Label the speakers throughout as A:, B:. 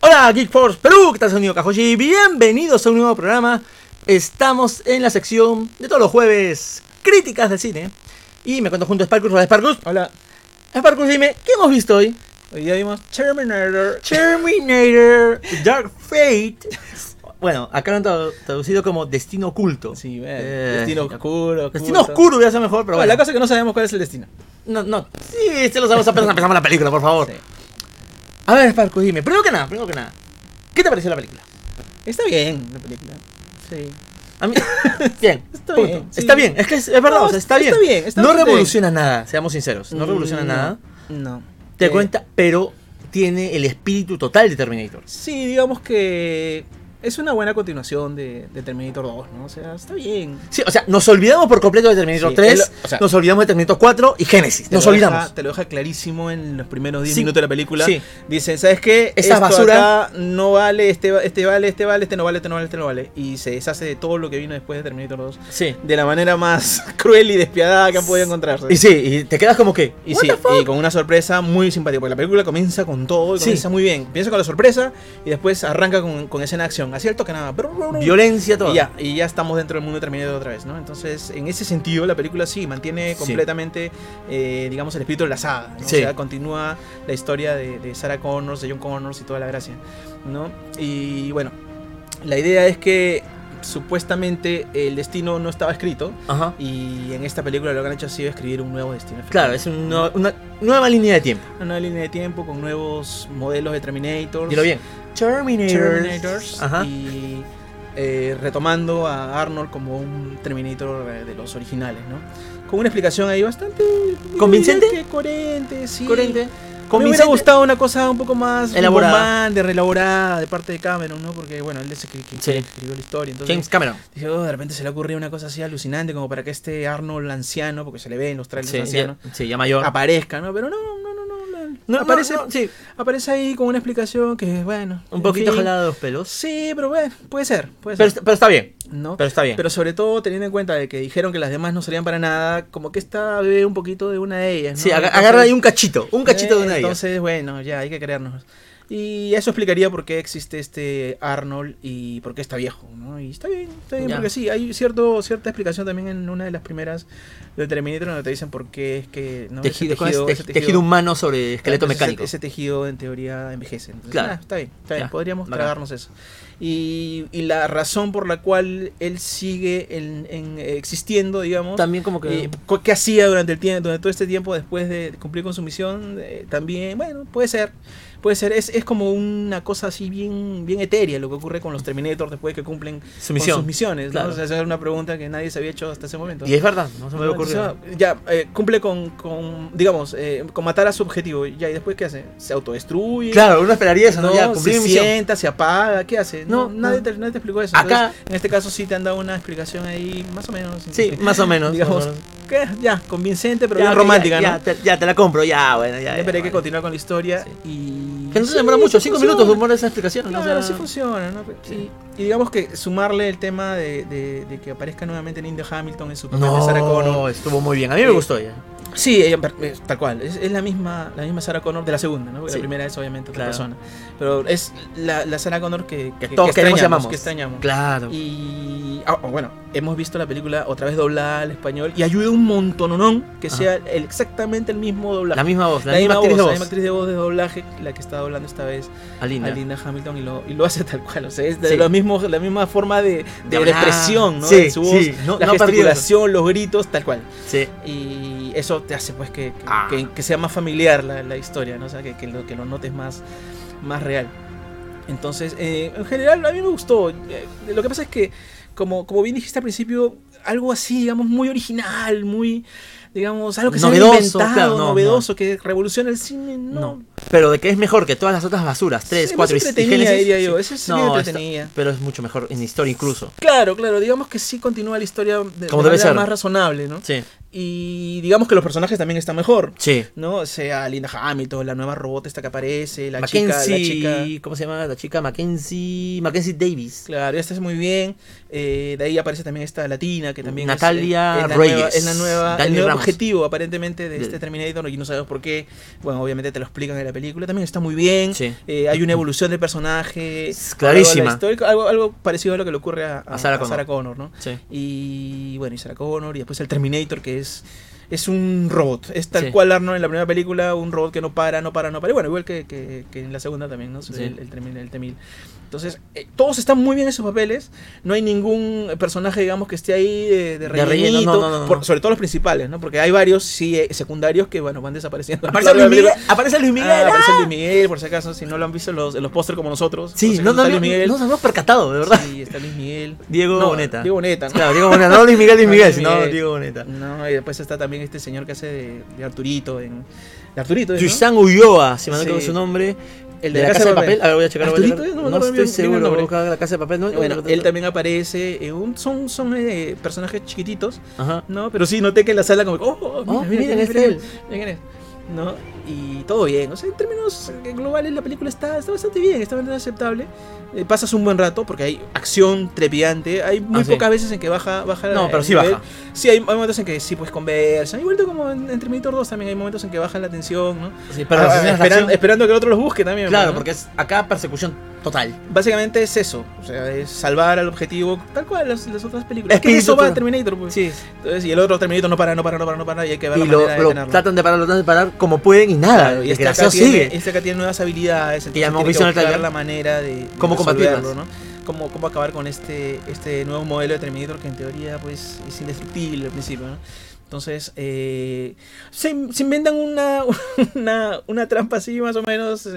A: Hola Geek Force Perú, ¿qué tal? Soy Nino Kajoshi. Bienvenidos a un nuevo programa. Estamos en la sección de todos los jueves, críticas del cine. Y me cuento junto a Sparkus. Hola Sparkus.
B: Hola,
A: Sparkus, dime, ¿qué hemos visto hoy?
B: hoy día vimos Terminator.
A: Terminator, Dark Fate. Bueno, acá lo han tra- traducido como Destino Oculto.
B: Sí, ven,
A: Eh,
B: destino
A: ya-
B: oscuro.
A: Destino Oscuro hubiera sido mejor, pero
B: Pero
A: bueno.
B: la cosa es que no sabemos cuál es el destino.
A: No, no. Sí, se lo sabemos apenas empezamos la película, por favor.
B: Sí.
A: A ver, Sparkus, dime, primero que nada, primero que nada. ¿Qué te pareció la película?
B: Está bien la película. Sí.
A: A mí- bien,
B: Está
A: punto.
B: bien, sí.
A: Está bien, es que es, es verdad,
B: No,
A: o sea, está,
B: está
A: bien.
B: bien, está
A: no
B: bastante
A: revoluciona nada, seamos sinceros, no
B: Mm,
A: revoluciona nada.
B: No.
A: Te
B: Eh,
A: cuenta, pero tiene el espíritu total de Terminator.
B: Sí, digamos que es una buena continuación de, de Terminator 2, ¿no? O sea, está bien.
A: Sí, o sea, nos olvidamos por completo de Terminator
B: Sí,
A: 3,
B: el- o sea-
A: nos olvidamos de Terminator 4 y Génesis,
B: Te
A: nos
B: lo
A: olvidamos.
B: deja- te lo deja clarísimo en los primeros 10
A: Sí.
B: minutos de la película.
A: Sí.
B: Dicen, ¿sabes qué?
A: Esa
B: Esto
A: basura-
B: acá no vale, este, va- este vale, este vale, este no vale, este no vale, este no vale. Y se deshace de todo lo que vino después de Terminator 2.
A: Sí.
B: de la manera más cruel y despiadada que han podido encontrarse.
A: Y sí, y te quedas como que.
B: Y
A: "What
B: sí,
A: the fuck?".
B: y con una sorpresa muy simpática, porque la película comienza con todo y
A: Sí.
B: comienza muy bien. Comienza con la sorpresa y después arranca con, con escena de acción. Así al toque nada. brr, brr, brr,
A: violencia toda.
B: Y ya, y ya estamos dentro del mundo de Terminator otra vez, ¿no? Entonces, en ese sentido, la película sí mantiene
A: Sí.
B: completamente, eh, digamos, el espíritu de la saga. ¿no?
A: Sí.
B: O sea, continúa la historia de, de Sarah Connors, de John Connors y toda la gracia, ¿no? Y bueno, la idea es que supuestamente el destino no estaba escrito,
A: Ajá.
B: y en esta película lo que han hecho ha sido escribir un nuevo destino.
A: Claro, es un nuevo- una nueva línea de tiempo.
B: Una nueva línea de tiempo con nuevos modelos de Terminators.
A: Dilo bien. Terminator.
B: Terminators.
A: Ajá.
B: Y eh, retomando a Arnold como un Terminator eh, de los originales, ¿no? Con una explicación ahí bastante... yo
A: ¿Convincente?
B: diría que coherente, sí.
A: Coherente.
B: Me
A: Convincente.
B: hubiera gustado una cosa un poco más
A: Elaborada.
B: bombante, reelaborada de parte de Cameron, ¿no? Porque, bueno, él es el que, que-
A: Sí.
B: que escribió la historia. Entonces,
A: James Cameron.
B: Dije, oh, de repente se le ha ocurrido una cosa así alucinante, como para que este Arnold anciano, porque se le ve en los trailers
A: Sí,
B: anciano,
A: ya, sí, ya mayor.
B: aparezca, ¿no? Pero no, no, no, no. no.
A: No, no,
B: aparece,
A: no, sí,
B: aparece ahí con una explicación que, bueno.
A: un
B: en
A: poquito
B: fin.
A: jalado de los pelos.
B: Sí, pero bueno, puede ser, puede
A: Pero,
B: ser.
A: pero está bien,
B: ¿no?
A: pero está bien.
B: Pero sobre todo teniendo en cuenta de que dijeron que las demás no serían para nada, como que esta bebe un poquito de una de ellas. ¿no?
A: sí, aga-
B: Entonces-
A: agarra ahí un cachito, un cachito de
B: eh,
A: una de ellas.
B: Entonces, bueno, ya hay que creernos. Y eso explicaría por qué existe este Arnold y por qué está viejo, ¿no? Y está bien, está bien,
A: Ya.
B: porque sí, hay cierto, cierta explicación también en una de las primeras de Terminator donde te dicen por qué es que ¿no? Ese
A: Tejido, ¿cómo es? Te-
B: ese
A: tejido humano sobre esqueleto
B: Ese-
A: mecánico.
B: Ese, tejido en teoría envejece. Entonces,
A: Claro.
B: ah, está bien, está bien,
A: Ya,
B: podríamos
A: bacán.
B: tragarnos eso. Y, y la razón por la cual él sigue en- en- existiendo, digamos,
A: También como que...
B: eh, co- ¿Qué hacía durante el tiempo, durante todo este tiempo después de cumplir con su misión? Eh, también, bueno, puede ser. Puede ser, es, es como una cosa así bien, bien etérea lo que ocurre con los Terminators después que cumplen
A: su
B: con
A: misión.
B: sus misiones. ¿no?
A: claro.
B: O sea, esa es una pregunta que nadie se había hecho hasta ese momento.
A: Y es verdad, no se me había
B: Entonces,
A: ocurrido.
B: ya, eh, cumple con, con, digamos, eh, con matar a su objetivo. Ya, ¿Y después qué hace? ¿Se autodestruye?
A: Claro, uno esperaría eso, ah, ¿no?
B: No,
A: ya cumplí
B: se
A: mi misión.
B: sienta, se apaga, ¿qué hace? No,
A: No,
B: nadie,
A: no.
B: Te, nadie te explicó eso.
A: Acá-
B: Entonces, en este caso sí te han dado una explicación ahí, más o menos.
A: Sí, más o menos.
B: Digamos,
A: más o menos.
B: ¿Qué? Ya, convincente, pero
A: Ya,
B: bien
A: ok,
B: romántica,
A: ya,
B: ¿no?
A: Ya te, ya te la compro, ya, bueno, ya.
B: Ya,
A: ya,
B: pero hay que
A: vale.
B: continuar con la historia
A: Sí.
B: y...
A: Que no se
B: Sí,
A: demora mucho,
B: sí
A: cinco
B: funciona.
A: minutos demora esa explicación, ¿no? O
B: Claro,
A: sea,
B: sí funciona, ¿no?
A: sí.
B: Y, y digamos que sumarle el tema de, de- de que aparezca nuevamente Linda Hamilton en su papel de Sarah
A: No,
B: Connor.
A: estuvo muy bien. A mí me
B: Sí.
A: gustó ella.
B: Sí, ella, per- es tal cual. Es, es la misma la misma Sarah Connor de la segunda, ¿no? Porque
A: Sí.
B: la primera es obviamente otra
A: Claro.
B: persona. Pero es la, la Sarah Connor que,
A: Que todos queremos y amamos.
B: Que extrañamos.
A: Claro.
B: Y ah, bueno, hemos visto la película otra vez doblada al español y ayuda un montononón que
A: Ajá.
B: sea el- exactamente el mismo doblaje.
A: La misma voz, la,
B: La
A: misma actriz de
B: voz, la
A: voz.
B: misma actriz de voz de doblaje, la que está doblando esta vez
A: Alinda.
B: a Linda Hamilton y lo, y lo hace tal cual. O sea, es de
A: Sí.
B: lo mismo, la misma forma de, de
A: hablar.
B: expresión, ¿no?
A: Sí,
B: En su voz,
A: sí. No,
B: la
A: no ha perdido eso.
B: gesticulación, los gritos, tal cual.
A: Sí.
B: Y eso te hace pues que, que-
A: Ah.
B: que- que sea más familiar la, la historia, ¿no? O sea, que, que lo, que lo notes más, más real. Entonces, eh, en general, a mí me gustó. Eh, lo que pasa es que, como, como bien dijiste al principio, algo así, digamos, muy original, muy, digamos, algo que se
A: Novedoso,
B: ha inventado,
A: claro, no,
B: novedoso, que revoluciona el cine, no.
A: No. Pero de que es mejor que todas las ototras basuras, 3,
B: Sí,
A: 4
B: más
A: y
B: entretenida,
A: Génesis,
B: diría yo.
A: sí.
B: Esa es bien
A: No,
B: entretenida.
A: está- pero es mucho mejor en historia incluso.
B: Claro, claro, digamos que sí continúa la historia de, de
A: Como debe
B: manera
A: ser.
B: más razonable, ¿no?
A: Sí.
B: Y digamos que los personajes también están mejor.
A: Sí.
B: ¿No? O sea, Linda Hamilton, la nueva robot esta que aparece, la chica, la chica.
A: ¿cómo se llama? La chica Mackenzie, Mackenzie Davis.
B: Claro, esta es muy bien. Eh, de ahí aparece también esta latina que también
A: Natalia
B: es, eh, es la
A: Reyes.
B: nueva- es la nueva,
A: Dani
B: el nuevo
A: Ramos.
B: objetivo aparentemente de
A: Del-
B: este Terminator y no sabemos por qué. Bueno, obviamente te lo explican en la película. También está muy bien.
A: Sí.
B: Eh, hay una evolución del personaje.
A: Es clarísima.
B: Algo, a la historia- algo- algo parecido a lo que le ocurre a,
A: A Sarah Connor.
B: Connor, ¿no?
A: Sí.
B: Y bueno, y Sarah Connor y después el Terminator que es... Es un robot, es tal
A: Sí.
B: cual Arnold en la primera película, un robot que no para, no para, no para. Y bueno, igual que, que- que en la segunda también, ¿no?
A: Sí.
B: El, el, Termin- el T-1000. Entonces, eh, todos están muy bien en sus papeles. No hay ningún personaje, digamos, que esté ahí de, de
A: relleno,
B: rellenito,
A: no, no, no, no.
B: por- sobre todo los principales, ¿no? Porque hay varios sí, eh, secundarios que, bueno, van desapareciendo. a lo
A: Aparece
B: largo de
A: Luis
B: la
A: Miguel.
B: película.
A: Aparece Luis Miguel.
B: Ah, aparece
A: ¡ah!
B: Luis Miguel, por si acaso, si no lo han visto en los, en los pósters como nosotros.
A: Sí,
B: Entonces,
A: no, no,
B: está
A: no,
B: Luis Miguel.
A: no nos hemos percatado, de verdad.
B: Sí, está Luis Miguel.
A: Diego
B: No,
A: Boneta.
B: Diego Boneta, ¿no?
A: Claro, Diego Boneta. No Luis Miguel, Luis
B: No,
A: Miguel,
B: Luis
A: sino
B: Miguel.
A: Diego Boneta.
B: No, y después está también este señor que hace de, de Arturito en. De Arturito, ¿no?
A: Yusan Ulloa, si me no
B: Sí.
A: equivoco su nombre.
B: El de la Casa de Papel.
A: A ver, voy a checar. voy a
B: ¿Arturito?
A: checar.
B: No me
A: No
B: acuerdo
A: estoy
B: bien- bien el
A: seguro.
B: nombre.
A: voy a buscar La casa de papel. No,
B: Bueno, él también aparece. eh, un- son son eh, personajes chiquititos,
A: Ajá.
B: ¿no? Pero sí, noté que en la sala como. que, ¡Oh, mira,
A: Oh,
B: mira,
A: miren,
B: mira,
A: es
B: mira,
A: él.
B: mira quién es, ¿No? Y todo bien. O sea, en términos eh, globales, la película está, está bastante bien, está bastante aceptable. Eh, pasas un buen rato porque hay acción trepidante. Hay muy
A: Ah, sí.
B: pocas veces en que baja. baja
A: No,
B: el
A: pero sí
B: nivel.
A: baja.
B: Sí, hay, hay momentos en que sí, pues conversan. Igual como en, en Terminator 2 también hay momentos en que baja la tensión, ¿no?
A: Sí, pero
B: Ah,
A: las escenas de
B: esperan-
A: acción-
B: esperando que el otro los busque también. pues,
A: Claro,
B: ¿no?
A: porque es acá persecución total.
B: Básicamente es eso, o sea, es salvar al objetivo, tal cual las, las otras películas. Es que de
A: Espíritu
B: eso va
A: total.
B: Terminator, pues.
A: Sí.
B: Entonces, y el otro Terminator no para, no para, no para, no para, y hay que ver
A: Y
B: la
A: lo,
B: manera de
A: lo
B: detenerlo.
A: tratan de parar, lo tratan de parar como pueden y nada.
B: Claro,
A: y
B: y
A: el
B: este acá,
A: desgraciado
B: tiene,
A: sigue.
B: este acá tiene nuevas habilidades,
A: ya
B: entonces
A: hemos
B: tiene
A: visto
B: que
A: en el
B: buscar
A: trailer.
B: la manera de, de
A: Cómo
B: resolverlo,
A: combatirlas.
B: ¿no? Cómo, cómo acabar con este, este nuevo modelo de Terminator que en teoría pues es indestructible al principio, ¿no? Entonces, eh, se, se inventan una, una, una trampa así más o menos,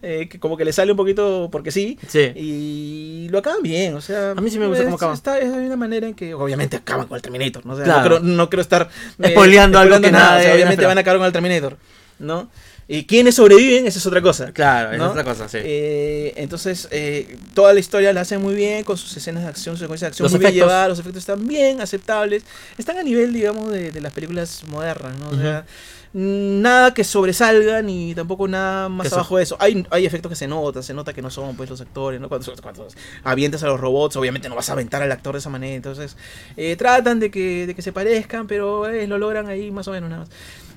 B: eh, que como que le sale un poquito porque sí,
A: Sí.
B: y lo acaban bien, o sea.
A: A mí sí me gusta cómo
B: es-
A: acaban.
B: Está, es de una manera en que, obviamente, acaban con el Terminator, ¿no? O sea,
A: Claro.
B: no, creo, no creo estar. eh,
A: Spoileando algo que
B: o sea,
A: nadie-
B: obviamente
A: no
B: van a acabar con el Terminator, ¿no? Y quienes sobreviven, esa es otra cosa.
A: Claro,
B: ¿no?
A: cosa, sí.
B: Eh, entonces, eh, toda la historia la hacen muy bien, con sus escenas de acción, sus secuencias de acción
A: Los
B: muy bien
A: efectos.
B: llevadas, los efectos están bien aceptables, están a nivel, digamos, de, de las películas modernas, ¿no? O sea, nada que sobresalga, ni tampoco nada más
A: Que so-
B: abajo de eso. Hay, hay efectos que se notan, se nota que no son pues los actores, ¿no? Cuando, cuando avientas a los robots, obviamente no vas a aventar al actor de esa manera, entonces eh, tratan de que, de que se parezcan, pero eh, lo logran ahí más o menos nada más.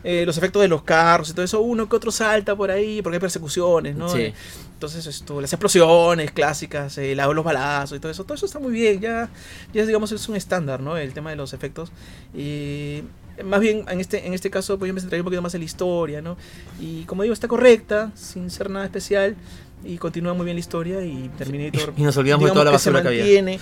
B: Eh, los efectos de los carros y todo eso, uno que otro salta por ahí, porque hay persecuciones, ¿no?
A: Sí.
B: Entonces, esto, las explosiones clásicas, eh, la- los balazos y todo eso, todo eso está muy bien, ya, ya es, digamos es un estándar, ¿no? El tema de los efectos. Y más bien, en este, en este caso, pues yo me centraría un poquito más en la historia, ¿no? Y como digo, está correcta, sin ser nada especial, y continúa muy bien la historia y Terminator...
A: Y nos olvidamos de
B: digamos
A: toda la basura
B: se
A: que había.
B: mantiene.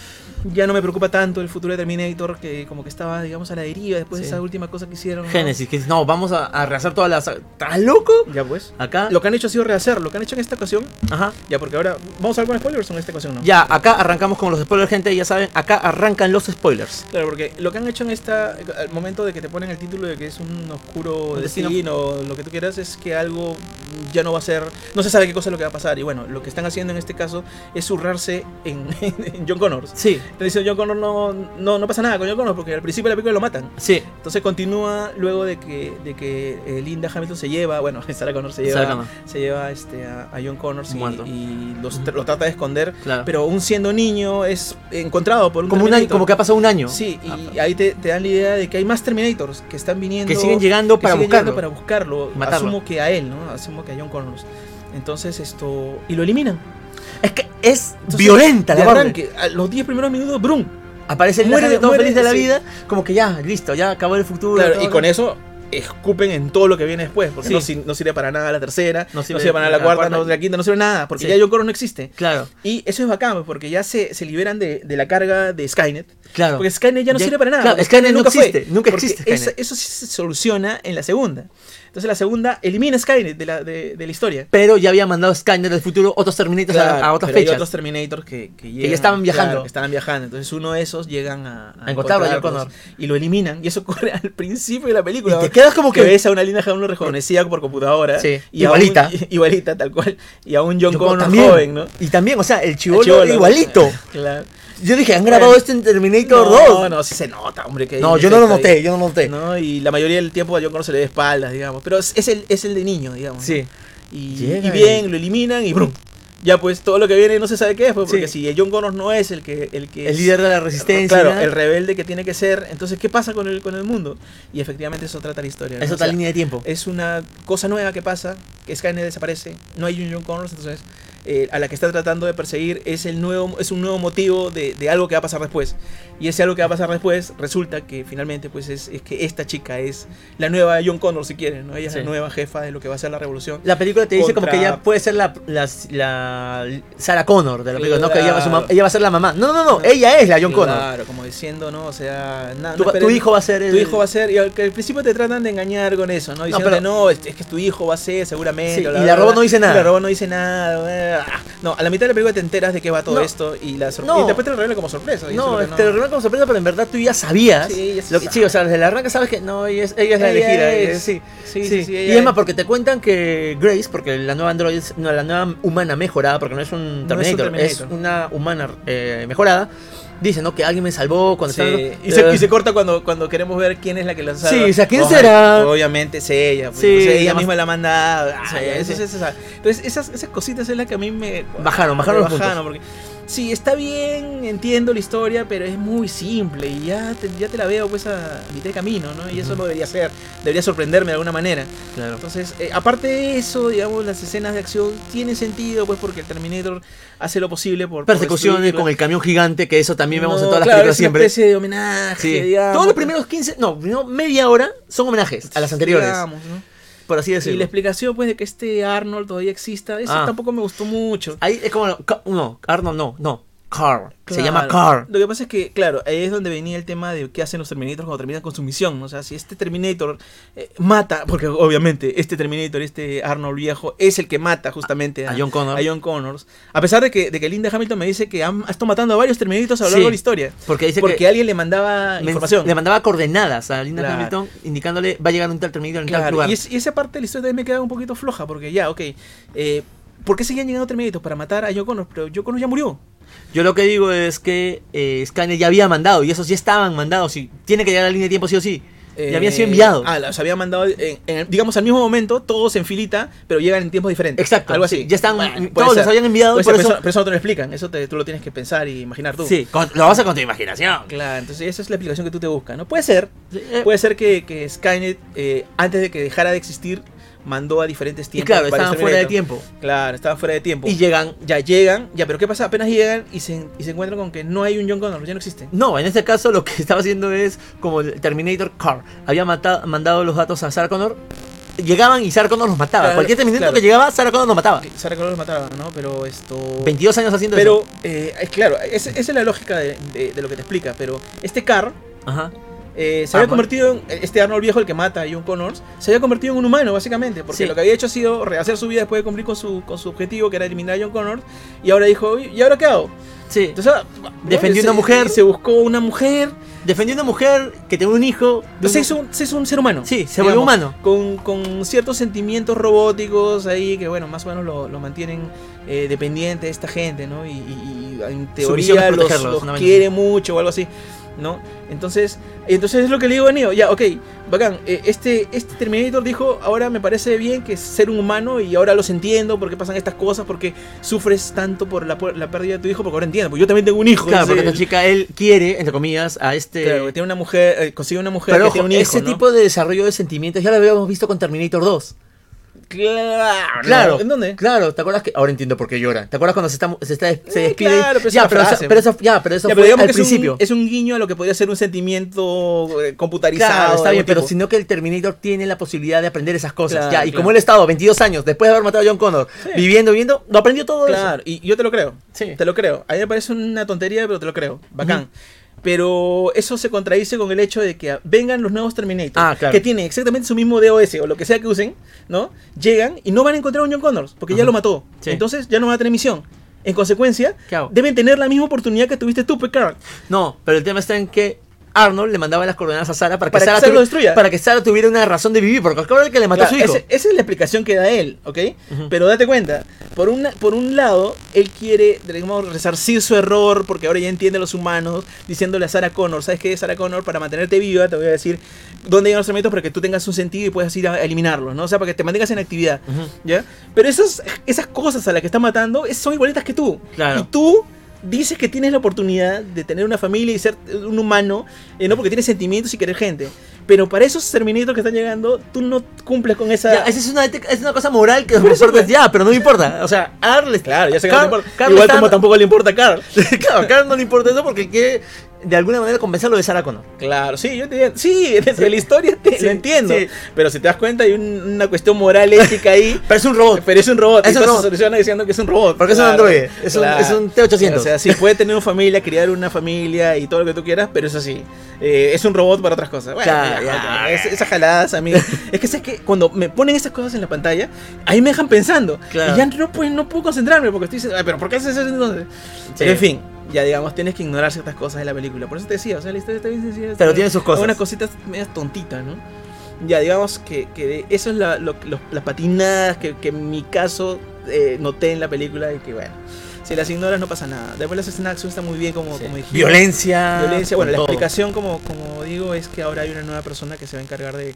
B: Ya no me preocupa tanto el futuro de Terminator, que como que estaba, digamos, a la deriva después
A: Sí.
B: de esa última cosa que hicieron. ¿no?
A: Génesis, que dice, no, vamos a, a rehacer todas las. ¿Estás loco?
B: Ya pues.
A: Acá.
B: Lo que han hecho ha sido rehacer, lo que han hecho en esta ocasión,
A: Ajá.
B: ya porque ahora vamos a ver con spoilers o en esta ocasión no.
A: Ya, acá arrancamos con los spoilers, gente. Ya saben, acá arrancan los spoilers.
B: Claro, porque lo que han hecho en esta, al momento de que te ponen el título de que es un oscuro
A: Un destino.
B: destino, lo que tú quieras, es que algo ya no va a ser, no se sabe qué cosa es lo que va a pasar. Y bueno, lo que están haciendo en este caso es zurrarse en, en John Connors.
A: Sí,
B: Te dicen, John Connor no, no, no pasa nada con John Connors porque al principio de la película lo matan.
A: sí.
B: Entonces continúa luego de que, de que eh, Linda Hamilton se lleva, bueno, Sarah Connor se
A: Sarah
B: lleva,
A: Connor.
B: se lleva este, a, a John Connors y,
A: Muerto.
B: y los-
A: Ujú.
B: lo trata de esconder.
A: Claro.
B: Pero aún siendo niño es encontrado por un
A: como, un año-
B: Terminator.
A: como que ha pasado un año.
B: Sí, y
A: Ah,
B: ahí te, te dan la idea de que hay más Terminators que están viniendo.
A: que siguen llegando
B: que
A: para
B: siguen
A: buscarlo.
B: llegando para buscarlo.
A: Matarlo.
B: Asumo que a él, ¿no? Asumo que a John Connors. Entonces esto. Y lo eliminan.
A: Es que es
B: Entonces,
A: violenta
B: de
A: la Barbie.
B: arranque, a los 10 primeros minutos, ¡brum!
A: Aparece el
B: Muere-
A: muere, todo
B: muere,
A: feliz de la
B: sí.
A: vida, como que ya, listo, ya acabó el futuro.
B: Claro,
A: todo
B: y
A: acá.
B: con eso escupen en todo lo que viene después. Porque
A: Sí.
B: no, sir- no sirve para nada la tercera,
A: No
B: no
A: sirve
B: sirve, para nada la,
A: la
B: cuarta,
A: cuarta.
B: no la quinta, no sirve nada. Porque
A: Sí.
B: ya John Connors no existe.
A: Claro,
B: Y eso es bacán, pues, porque ya se, se liberan de, de la carga de Skynet.
A: claro.
B: Porque Skynet ya no
A: Ya-
B: sirve para nada.
A: claro,
B: porque
A: Skynet no
B: nunca fue,
A: existe, nunca
B: porque
A: existe
B: esa-
A: Skynet.
B: eso sí se soluciona en la segunda. Entonces la segunda elimina Skynet de la, de, de la historia.
A: Pero ya había mandado Skynet del futuro otros Terminators a- a, otras
B: pero hay
A: fechas.
B: otros Terminators que, que llegan,
A: ya estaban
B: claro,
A: viajando.
B: que estaban viajando. Entonces uno de esos llegan a,
A: A encontrarlo a John
B: encontrarlos
A: Connor.
B: y lo eliminan. Y eso ocurre al principio de la película.
A: Y te quedas como
B: que
A: que.
B: ves a una Linda Hamilton rejuvenecida por computadora.
A: Sí,
B: y a un-
A: igualita.
B: igualita, tal cual. Y a un John,
A: Yo como
B: Connor
A: también.
B: joven, ¿no?
A: Y también, o sea, el
B: El
A: chivolo
B: chibolo.
A: igualito.
B: claro.
A: Yo dije, han grabado
B: Bueno.
A: esto en Terminator
B: no,
A: 2.
B: No, sí se nota, hombre. que hay
A: No,
B: un
A: yo no lo
B: efecto
A: noté,
B: ahí,
A: yo no lo noté.
B: ¿no? Y la mayoría del tiempo a John Connor se le da espaldas, digamos. Pero es es el, es el de niño, digamos.
A: Sí.
B: Y,
A: Llega
B: y bien, lo eliminan y ¡brum! Ya pues todo lo que viene no se sabe qué es, pues, porque
A: Sí.
B: si John Connor no es el que... El, que
A: El
B: es-
A: líder de la resistencia.
B: Claro, el rebelde que tiene que ser. Entonces, ¿qué pasa con el, con el mundo? Y efectivamente eso trata la historia. ¿no?
A: es
B: O
A: otra
B: sea,
A: línea de tiempo.
B: es una cosa nueva que pasa, que Skynet desaparece, no hay un John Connors, entonces eh, a la que está tratando de perseguir es, el nuevo, es un nuevo motivo de, de algo que va a pasar después. Y ese algo que va a pasar después resulta que finalmente pues es, es que esta chica es la nueva John Connor, si quieren, ¿no? Ella es
A: Sí.
B: la nueva jefa de lo que va a ser la revolución.
A: La película te dice como que
B: Contra-
A: ella puede ser la, la, la Sarah Connor de la película, no que ella va, a su mam-
B: Claro.
A: ella va a ser la mamá. No, no, no,
B: No.
A: ella es la John Connor.
B: Claro, como diciendo, ¿no? O sea, nada.
A: Tu,
B: no
A: tu
B: esperen-
A: hijo va a ser el...
B: Tu hijo va a ser, y al, que al principio te tratan de engañar con eso, ¿no? Diciendo
A: pero-
B: no, es, es que tu hijo va a ser seguramente.
A: Sí, y
B: bla, bla,
A: la
B: bla,
A: robot
B: bla".
A: no dice
B: Y
A: nada.
B: La robot no dice nada. ah. No, a la mitad de la película te enteras de qué va todo
A: No.
B: esto y, la sor-
A: No.
B: y después te lo revelan como sorpresa. y
A: No,
B: eso es
A: te
B: lo
A: lo
B: que no-
A: revelan como sorpresa, pero en verdad tú ya sabías.
B: Sí, ya se
A: lo que- sí,
B: sabe.
A: o sea, desde la arranca sabes que no, ella es, ella es la
B: Ella
A: elegida.
B: es.
A: eh, sí.
B: Sí,
A: Sí,
B: sí, sí,
A: y
B: ella
A: es más,
B: es-
A: porque te cuentan que Grace, porque la nueva android, es- no, la nueva humana mejorada, porque no es un
B: No es un
A: Terminator, es,
B: Terminator.
A: una humana eh, mejorada, dice, ¿no? Que alguien me salvó cuando
B: Sí, eh.
A: estaba...
B: Y, se, y se corta cuando, cuando queremos ver quién es la que lanzó.
A: Sí, o sea, ¿quién
B: Ojalá.
A: será?
B: Obviamente es ella. pues,
A: Sí,
B: entonces ella
A: además-
B: misma la manda. ah,
A: Sí,
B: ya, eso
A: sí.
B: es- eso es- entonces esas, esas cositas es las que a mí me...
A: Bajaron,
B: me
A: bajaron los puntos.
B: porque Sí, está bien, entiendo la historia, pero es muy simple y ya te, ya te la veo pues a mitad de camino, ¿no? Y eso
A: Ujú.
B: no debería ser, debería sorprenderme de alguna manera.
A: Claro.
B: Entonces, eh, aparte de eso, digamos, las escenas de acción tienen sentido, pues porque el Terminator hace lo posible por... por
A: Persecuciones
B: destruirla.
A: con el camión gigante, que eso también vemos en
B: No,
A: todas las
B: claro,
A: películas
B: es una
A: siempre.
B: especie de homenaje,
A: Sí.
B: digamos,
A: Todos los
B: pues.
A: primeros 15, no, no, media hora son homenajes a las anteriores,
B: Digamos, ¿no?
A: por así
B: Y la
A: decirlo.
B: explicación, pues, de que este Arnold todavía exista, eso
A: Ah.
B: tampoco me gustó mucho.
A: Ahí es como, ca- no, Arnold no, no, Carl, se
B: Claro.
A: llama Carl.
B: Lo que pasa es que, claro, ahí es donde venía el tema de qué hacen los Terminators cuando terminan con su misión. ¿no? O sea, si este Terminator eh, mata, porque obviamente este Terminator, este Arnold viejo, es el que mata justamente
A: A John Connor.
B: a John Connors. A pesar de que, de que Linda Hamilton me dice que han, ha estado matando a varios Terminators a lo largo
A: Sí.
B: de la historia.
A: Porque dice
B: porque
A: que
B: alguien le mandaba
A: men-
B: información.
A: le mandaba coordenadas a Linda
B: Claro.
A: Hamilton indicándole va a llegar un tal Terminator en tal
B: Claro,
A: lugar.
B: Y, es- y esa parte de la historia también me queda un poquito floja, porque ya, ok. eh, ¿Por qué seguían llegando Terminators? Para matar a John Connor, pero John Connor ya murió.
A: Yo lo que digo es que eh, Skynet ya había mandado y esos ya estaban mandados y tiene que llegar a la línea de tiempo sí o sí.
B: Eh,
A: ya habían sido enviados.
B: Ah, los habían mandado, en- en el- digamos, al mismo momento, todos en filita, pero llegan en tiempos diferentes.
A: Exacto.
B: Algo así.
A: Ya están,
B: Bueno, puede
A: todos
B: ser.
A: los habían enviado
B: Puede
A: y por
B: ser,
A: eso.
B: pero, pero eso no te lo explican, eso te- tú lo tienes que pensar y imaginar tú.
A: Sí, con- lo vas a con tu imaginación.
B: Claro, entonces esa es la explicación que tú te buscas, ¿no? Puede ser,
A: Eh,
B: puede ser que, que Skynet, eh, antes de que dejara de existir, mandó a diferentes
A: y
B: tiempos.
A: claro,
B: varios
A: estaban fuera de
B: Terminator.
A: tiempo.
B: Claro, estaban fuera de tiempo.
A: Y llegan.
B: Ya llegan, ya, pero ¿qué pasa? Apenas llegan y se, y se encuentran con que no hay un John Connor, ya no existe.
A: No, en este caso lo que estaba haciendo es como el Terminator Car. Había matado, mandado los datos a Sarah Connor. Llegaban y Sarah Connor los mataba.
B: Claro,
A: Cualquier Terminator
B: claro.
A: que llegaba, Sarah Connor los mataba.
B: Sarah Connor los mataba, ¿no? Pero esto...
A: 22 años haciendo
B: Pero,
A: eso.
B: eh, es claro, es- esa es la lógica de, de- de lo que te explica, pero este Carr
A: Ajá.
B: eh, se
A: Ah,
B: había
A: bueno.
B: convertido en, este Arnold viejo, el que mata a John Connors, se había convertido en un humano, básicamente, porque
A: Sí.
B: lo que había hecho ha sido rehacer su vida después de cumplir con su, con su objetivo, que era eliminar a John Connors, y ahora dijo, "Uy, ¿y ahora qué hago?
A: Sí.
B: Entonces, ah,
A: Defendió
B: se-
A: una mujer.
B: Se buscó una mujer,
A: Defendió una mujer que tenía un hijo. de un-
B: se hizo, un, se hizo un ser humano.
A: Sí, se volvió
B: digamos,
A: humano.
B: Con, con ciertos sentimientos robóticos ahí que, bueno, más o menos lo, lo mantienen eh, dependiente de esta gente, ¿no? Y, y- y en
A: misión es
B: teoría los,
A: protegerlos,
B: los
A: una vaina
B: quiere mucho o algo así, ¿no? Entonces, entonces es lo que le digo a Neo, ya, ok, bacán, eh, este, este Terminator dijo, ahora me parece bien que es ser un humano y ahora los entiendo porque pasan estas cosas, porque sufres tanto por la, por la pérdida de tu hijo, porque ahora entiendo, porque yo también tengo un hijo.
A: Claro,
B: entonces,
A: porque esta chica, él quiere, entre comillas, a este.
B: claro, que tiene una mujer, eh, consigue una mujer
A: Pero
B: que
A: ojo,
B: tiene un hijo,
A: ese
B: ¿no?
A: tipo de desarrollo de sentimientos ya lo habíamos visto con Terminator 2.
B: Claro.
A: Claro.
B: ¿En dónde?
A: Claro, ¿te acuerdas que ahora entiendo por qué llora? ¿Te acuerdas cuando se está se, está- se
B: Eh,
A: despide?
B: claro,
A: ya,
B: pero esa es la
A: pero,
B: frase.
A: eso, pero eso ya, pero eso
B: Ya, pero
A: fue
B: digamos
A: al
B: que es
A: principio.
B: un, es un guiño a lo que podría ser un sentimiento eh, computarizado.
A: Claro, está
B: de
A: bien,
B: algún
A: pero
B: tipo.
A: sino que el Terminator tiene la posibilidad de aprender esas cosas.
B: Claro,
A: ya, y
B: claro.
A: como él ha estado 22 años después de haber matado a John Connor, viviendo, viviendo, lo aprendió todo
B: Claro, y yo te lo creo.
A: eso. Sí.
B: Te lo creo. A mí me parece una tontería, pero te lo creo. Bacán. Pero eso se contradice con el hecho de que vengan los nuevos Terminators.
A: Ah, claro.
B: Que tienen exactamente su mismo DOS o lo que sea que usen, ¿no? Llegan y no van a encontrar a un John Connors porque ya
A: Ajá.
B: lo mató.
A: Sí.
B: Entonces ya no van a tener misión. En consecuencia,
A: ¿Qué hago?
B: pues, deben tener la misma oportunidad que tuviste tú, Picard.
A: No, pero el tema está en que Arnold le mandaba las coordenadas a Sara para que,
B: Para que
A: Sara,
B: Sara lo
A: tuvi-
B: destruya.
A: para que Sara tuviera una razón de vivir, porque acaba el que le mató
B: Claro,
A: a su hijo.
B: ese- esa es la explicación que da él, ¿ok?
A: Ujú.
B: Pero date cuenta, por, una, por un lado, él quiere, digamos, resarcir su error, porque ahora ya entiende a los humanos, diciéndole a Sarah Connor, ¿sabes qué, Sarah Connor? Para mantenerte viva, te voy a decir dónde llegan los elementos para que tú tengas un sentido y puedas ir a eliminarlos, ¿no? O sea, para que te mantengas en actividad,
A: Ujú.
B: ¿ya? Pero esas, esas cosas a las que está matando es- son igualitas que tú.
A: Claro.
B: Y tú dices que tienes la oportunidad de tener una familia y ser un humano, eh, no porque tienes sentimientos y querer gente. Pero para esos terminitos que están llegando, tú no cumples con esa.
A: Ya, esa es una, ética- es una cosa moral que los
B: Por eso,
A: resortes-
B: pues.
A: ya, pero no me importa. O sea, Arnold es-
B: Claro, ya sé que
A: Car-
B: no te importa.
A: Carl
B: Igual
A: está-
B: como tampoco le importa a Carl.
A: claro, a Carl no le importa eso porque quiere de alguna manera compensar lo de Sarah Connor.
B: Claro, sí, yo te entiendo. Sí, desde la historia te,
A: Sí,
B: lo entiendo.
A: sí.
B: Pero si te das cuenta, hay un- una cuestión moral ética ahí.
A: Pero es un robot.
B: Pero es un robot.
A: Es
B: y
A: un
B: todo
A: robot.
B: se soluciona diciendo que es un robot.
A: Porque es un androide, es un- es un T-800.
B: O sea, sí, puede tener una familia, criar una familia y todo lo que tú quieras, pero eso sí, eh, es un robot para otras cosas. Bueno,
A: Ya,
B: ya,
A: ya.
B: ya, es- esas jaladas a mí. es que sabes que cuando me ponen esas cosas en la pantalla, ahí me dejan pensando.
A: Claro.
B: Y ya no, pues, no puedo concentrarme porque estoy diciendo, "Ay, pero ¿por qué haces eso entonces? Pero en fin, ya digamos, tienes que ignorar ciertas cosas de la película. Por eso te decía, o sea, la historia está bien sencilla.
A: Pero
B: está-
A: tiene sus cosas.
B: Unas cositas medias tontitas, ¿no? Ya digamos que, que de- eso es la- lo- los- las patinadas que, que en mi caso eh, noté en la película y que bueno, si las ignoras no pasa nada. Después las escenas de acción están muy bien como,
A: Sí.
B: como dijimos.
A: Violencia.
B: Violencia, bueno,
A: con
B: la
A: todo.
B: explicación como, como digo es que ahora hay una nueva persona que se va a encargar de,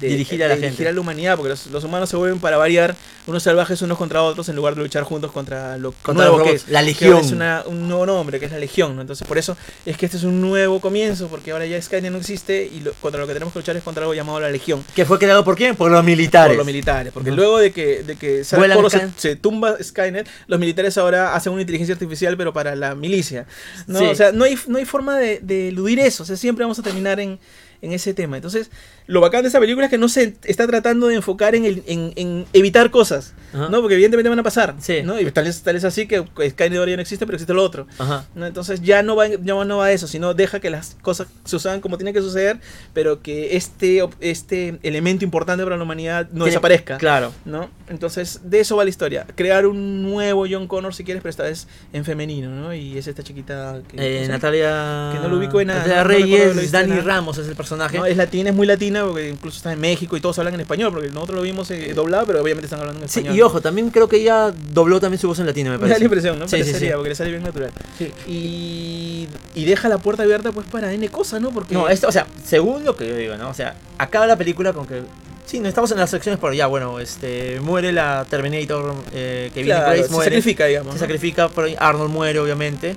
B: de-
A: Dirigir a la
B: de dirigir
A: gente.
B: a la humanidad, porque los, los humanos se vuelven para variar unos salvajes unos contra otros en lugar de luchar juntos contra lo
A: Contra
B: nuevo
A: los
B: que
A: robots,
B: es
A: la
B: que
A: legión.
B: ahora es una- un nuevo nombre, que es la Legión, ¿no? Entonces, por eso es que este es un nuevo comienzo, porque ahora ya Skynet no existe y lo- contra lo que tenemos que luchar es contra algo llamado la Legión.
A: ¿Que fue creado por quién? Por los militares.
B: Por los militares, porque
A: Ujú.
B: luego de que, de que Sarah
A: Vuelan
B: Connor se,
A: Skynet.
B: se tumba Skynet, los militares ahora hacen una inteligencia artificial, pero para la milicia. ¿no?
A: Sí.
B: O sea, no hay, no hay forma de, de eludir eso, o sea, siempre vamos a terminar en, en ese tema. Entonces, lo bacán de esta película es que no se está tratando de enfocar en, el- en- en evitar cosas,
A: Ajá.
B: ¿no? Porque evidentemente van a pasar,
A: Sí.
B: ¿no? Y tal es, tal es así que Skynet ahora ya no existe, pero existe lo otro.
A: Ajá.
B: ¿no? Entonces ya no va, ya no va a eso, sino deja que las cosas sucedan como tienen que suceder, pero que este, ob- este elemento importante para la humanidad no
A: Tiene-
B: desaparezca.
A: Claro.
B: ¿no? Entonces de eso va la historia. Crear un nuevo John Connor si quieres, pero esta vez en femenino, ¿no? Y es esta chiquita que...
A: Eh,
B: o sea,
A: Natalia.
B: que no lo ubico en nada,
A: Natalia
B: no- no recuerdo haberlo
A: Reyes,
B: visto en
A: Dani
B: nada.
A: Ramos es el personaje.
B: no, es latina, es muy latina, porque incluso está en México y todos hablan en español, porque nosotros lo vimos eh, doblado, pero obviamente están hablando en
A: Sí,
B: español.
A: y ojo, también creo que ella dobló también su voz en latino, me
B: Me da la
A: parece.
B: impresión, ¿no?
A: Sí, sí,
B: Parecería,
A: sí.
B: porque le sale bien natural.
A: Sí.
B: Y, y deja la puerta abierta pues para N cosas, ¿no? Porque
A: No, esto, o sea, según lo que yo digo, ¿no? O sea, acaba la película con que. Sí, no estamos en las secciones por ya, bueno, este. Muere la Terminator eh, que viene
B: Claro,
A: Grace,
B: se
A: muere.
B: sacrifica, digamos.
A: Se
B: ¿no?
A: sacrifica, por ahí, Arnold muere, obviamente.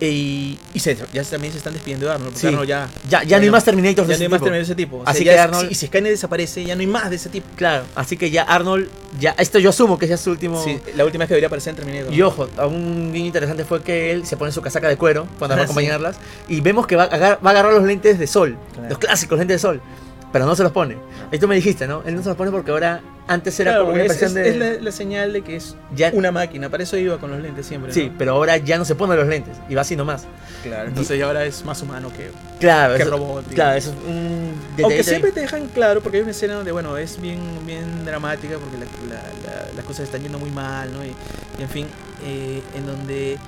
A: Y
B: Y se- ya también se están despidiendo de Arnold, porque
A: Sí.
B: Arnold ya,
A: ya, ya no hay
B: Bueno,
A: más Terminators de
B: ya no
A: ese
B: hay más
A: tipo.
B: de ese tipo. O sea,
A: Así
B: ya
A: que
B: es-
A: Arnold-
B: si- Y si Skynet desaparece, ya no hay más de ese tipo.
A: Claro, así que ya Arnold, ya esto yo asumo que ya es su último.
B: Sí, la última vez que debería aparecer en Terminator.
A: Y ojo, a un guiño interesante fue que él se pone su casaca de cuero cuando va a
B: Ah, sí.
A: acompañarlas y vemos que va a, agar- va a agarrar los lentes de sol,
B: Claro. Ah.
A: los clásicos lentes de sol, pero no se los pone. Ahí tú me dijiste, ¿no? Él no se los pone porque ahora antes era
B: Claro,
A: como
B: porque
A: una
B: es,
A: impresión
B: es-
A: de
B: es la, la señal de que es
A: ya
B: una máquina. Para eso iba con los lentes siempre.
A: sí,
B: ¿no?
A: pero ahora ya no se pone los lentes y va así nomás.
B: claro. Entonces ahora es más humano que,
A: Claro,
B: que
A: eso,
B: robot. digamos.
A: claro, eso es un detalle
B: Aunque
A: ahí.
B: siempre te dejan claro, porque hay una escena donde, bueno, es bien, bien dramática, porque la- la- la- las cosas están yendo muy mal, ¿no? Y, y en fin, eh, en donde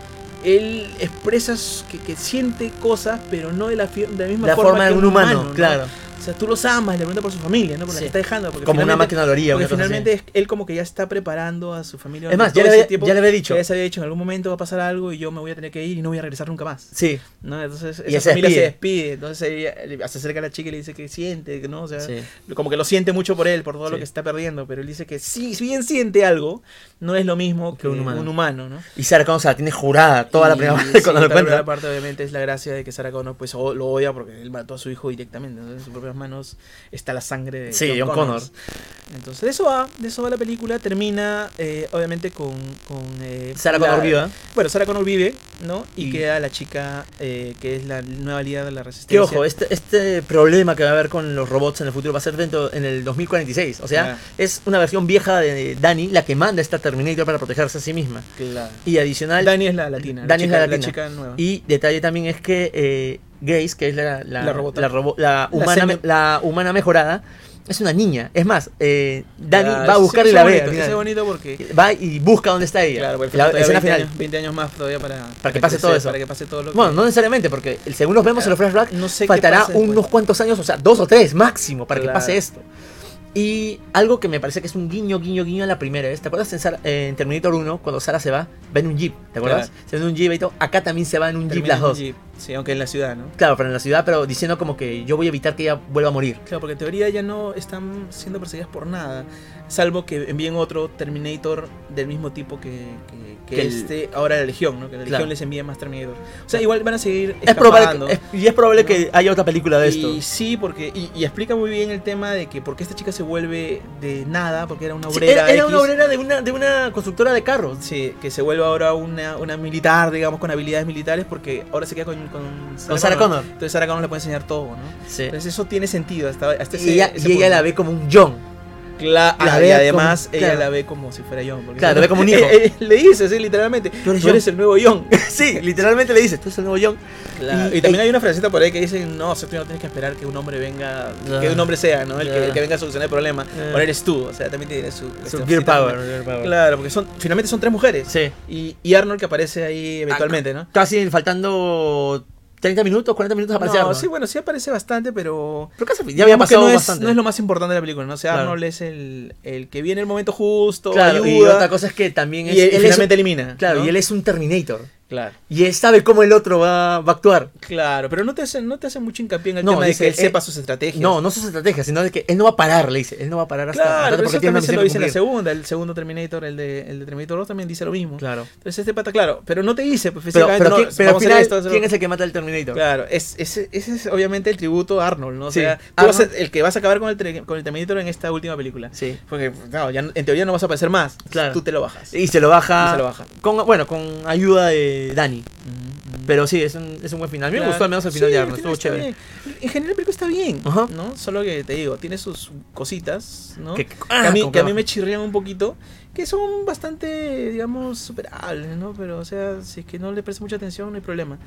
B: él expresa s- que, que siente cosas, pero no de la, fi- de la misma
A: la
B: forma,
A: forma de
B: que
A: un humano,
B: ¿no?
A: claro,
B: O sea, tú los amas, le pregunta por su familia, ¿no? Por
A: Sí.
B: la que está dejando. Porque
A: como una
B: finalmente-
A: máquina lo haría,
B: Porque
A: una cosa así.
B: finalmente es- él como que ya está preparando a su familia.
A: Es más,
B: durante
A: ya
B: todo
A: le,
B: ese
A: había,
B: tiempo
A: ya le había
B: que
A: dicho.
B: ya se había dicho, en algún momento va a pasar algo y yo me voy a tener que ir y no voy a regresar nunca más.
A: Sí,
B: ¿no? Entonces
A: Y
B: esa
A: se
B: familia
A: despide.
B: se despide, entonces ella eh, se acerca a la chica y le dice que siente, que ¿no? O sea,
A: sí.
B: como que lo siente mucho por él, por todo lo
A: Sí.
B: que está perdiendo, pero él dice que sí, si bien siente algo, no es lo mismo que, un, humano. ¿no?
A: Y Sarah Connor se la tiene jurada toda la
B: Y,
A: primera parte
B: sí,
A: cuando lo
B: toda la primera
A: encuentra.
B: parte obviamente es la gracia de que Sarah Connor pues o- lo odia porque él mató a su hijo directamente, entonces en sus propias manos está la sangre de
A: Sí, John Connors.
B: Entonces de eso va, de eso va la película, termina eh, obviamente con, con eh,
A: Sarah
B: la-
A: Connor viva.
B: bueno, Sarah Connor vive, ¿no? Y,
A: Y-
B: queda la chica eh, que es la nueva líder de la resistencia.
A: Que ojo, este, este problema que va a haber con los robots en el futuro va a ser dentro en el 2046. O sea,
B: Ah.
A: es una versión vieja de Dani la que manda esta Terminator para protegerse a sí misma.
B: Claro.
A: Y adicional,
B: Dani es la latina.
A: Dani es
B: chica,
A: la latina.
B: chica nueva.
A: y detalle también es que eh, Grace, que es la, la,
B: La robota.
A: la robo- la
B: La
A: humana,
B: semi-
A: la humana mejorada, Es una niña. Es más, eh, Dani
B: Ya,
A: va a
B: eso-
A: buscar y
B: eso
A: la
B: es
A: ve. al
B: bonito,
A: final.
B: Eso es bonito porque.
A: Va y busca dónde está ella.
B: Claro, porque
A: la
B: falta
A: escena
B: 20
A: final.
B: Años, 20 años más todavía para.
A: Para que pase
B: crecer,
A: todo eso.
B: Para que pase todo lo que.
A: Bueno, no necesariamente, porque el- según los vemos en los flashbacks,
B: no sé qué
A: faltará
B: pasa después.
A: unos cuantos años, o sea, dos o tres máximo, para que
B: Claro.
A: pase esto. Y algo que me parece que es un guiño, guiño, guiño a la primera vez. ¿Te acuerdas en, Sar- en Terminator 1, cuando Sara se va? Va en un jeep, ¿te acuerdas? Se va en un jeep y todo. Acá también se va en un jeep
B: Termina
A: las
B: en
A: dos.
B: Jeep. Sí, aunque en la ciudad, ¿no?
A: Claro, pero en la ciudad, pero diciendo como que yo voy a evitar que ella vuelva a morir.
B: Claro, porque en teoría ya no están siendo perseguidas por nada. Salvo que envíen otro Terminator del mismo tipo que, que, que
A: Que el-
B: este, ahora la Legión, ¿no? Que la Legión
A: Claro.
B: les envía más Terminator. O sea, igual van a seguir
A: Es probable
B: escapando.
A: que- es- y es probable
B: ¿no?
A: que haya otra película de esto.
B: Y sí, porque. Y, y explica muy bien el tema de que por qué esta chica se vuelve de nada, porque era una
A: Sí,
B: obrera.
A: era, era
B: X,
A: una obrera de una, de una constructora de carros.
B: Sí, que se vuelve ahora una, una militar, digamos, con habilidades militares, porque ahora se queda con, con,
A: Con Sarah Connor.
B: Entonces Sarah Connor le puede enseñar todo, ¿no?
A: Sí.
B: Entonces eso tiene sentido hasta, hasta
A: Y ella, y ella la ve como un John.
B: Cla-
A: la
B: ah,
A: ve
B: y
A: como-
B: además ella
A: claro.
B: la ve como si fuera John. porque-
A: Claro, la ve como un hijo.
B: Eh, eh, le dice, sí, literalmente. Tú
A: eres
B: eres,
A: John".
B: el nuevo John.
A: sí, literalmente le dice, tú eres el nuevo John.
B: Claro,
A: Y-
B: Y, también hay una frasecita por ahí que dicen, no, o sea, tú no tienes que esperar que un hombre venga,
A: Ah.
B: que un hombre sea, ¿no? El,
A: Ah.
B: que, el que venga a solucionar el problema.
A: Ah.
B: Ahora eres tú, o sea, también tiene su...
A: Su
B: esta
A: Gear
B: cosita,
A: Power.
B: ¿no?
A: Gear Power.
B: Claro, porque son, finalmente son tres mujeres.
A: Sí. Ah,
B: Y, y Arnold que aparece ahí eventualmente, ¿no?
A: Casi faltando 30 minutos, 40 minutos aparece
B: No,
A: Arnold.
B: sí, bueno, sí aparece bastante, pero...
A: Pero casi ya había
B: digamos que
A: pasado
B: no es,
A: bastante.
B: No es lo más importante de la película, ¿no? O sea,
A: Claro.
B: Arnold es el, el que viene en el momento justo,
A: claro,
B: ayuda,
A: y otra cosa es que también es,
B: y, él,
A: él es un,
B: finalmente elimina.
A: claro,
B: ¿no?
A: y él es un Terminator.
B: Claro.
A: Y él sabe cómo el otro va, va a actuar.
B: Claro, pero no te hacen, no te hacen mucho hincapié en el
A: No,
B: tema
A: dice,
B: de que él
A: eh,
B: sepa sus estrategias.
A: No, no sus estrategias, sino de que él no va a parar, le dice. Él no va a parar hasta
B: Claro,
A: hasta
B: pero eso
A: una
B: también se lo
A: misión
B: dice en la
A: que
B: segunda, el segundo Terminator, el de, el de Terminator 2 también dice lo mismo.
A: cumplir. Claro.
B: Entonces este pata, claro, pero no te dice, pues
A: Pero,
B: físicamente
A: pero,
B: no,
A: ¿quién- pero al
B: vamos a hacer
A: final,
B: esto, vamos a hacer
A: ¿quién
B: lo-
A: es el que mata al Terminator?
B: Claro, es, ese, ese es obviamente el tributo a Arnold, ¿no? O
A: Sí,
B: sea, tú vas a-
A: Arnold.
B: el que vas a acabar con el, tre- con el Terminator en esta última película.
A: Sí.
B: Porque, claro, ya, no- en teoría no vas a aparecer más.
A: Claro.
B: Tú te lo bajas.
A: Y se lo baja.
B: Y se lo baja.
A: Con, bueno, con ayuda de Dani.
B: Mm, mm.
A: Pero sí, es un, es un buen final. A mí me
B: Claro.
A: gustó al menos el final
B: Sí,
A: de
B: el
A: Arnold.
B: final
A: Estuvo
B: está
A: chévere.
B: bien. En general el película está bien,
A: Ajá.
B: ¿no? Solo que te digo, tiene sus cositas, ¿no?
A: Que-
B: Que,
A: ah,
B: a, mí,
A: como
B: que a mí
A: abajo.
B: me chirrían un poquito, que son bastante, digamos, superables, ¿no? Pero, o sea, si es que no le prestas mucha atención, no hay problema.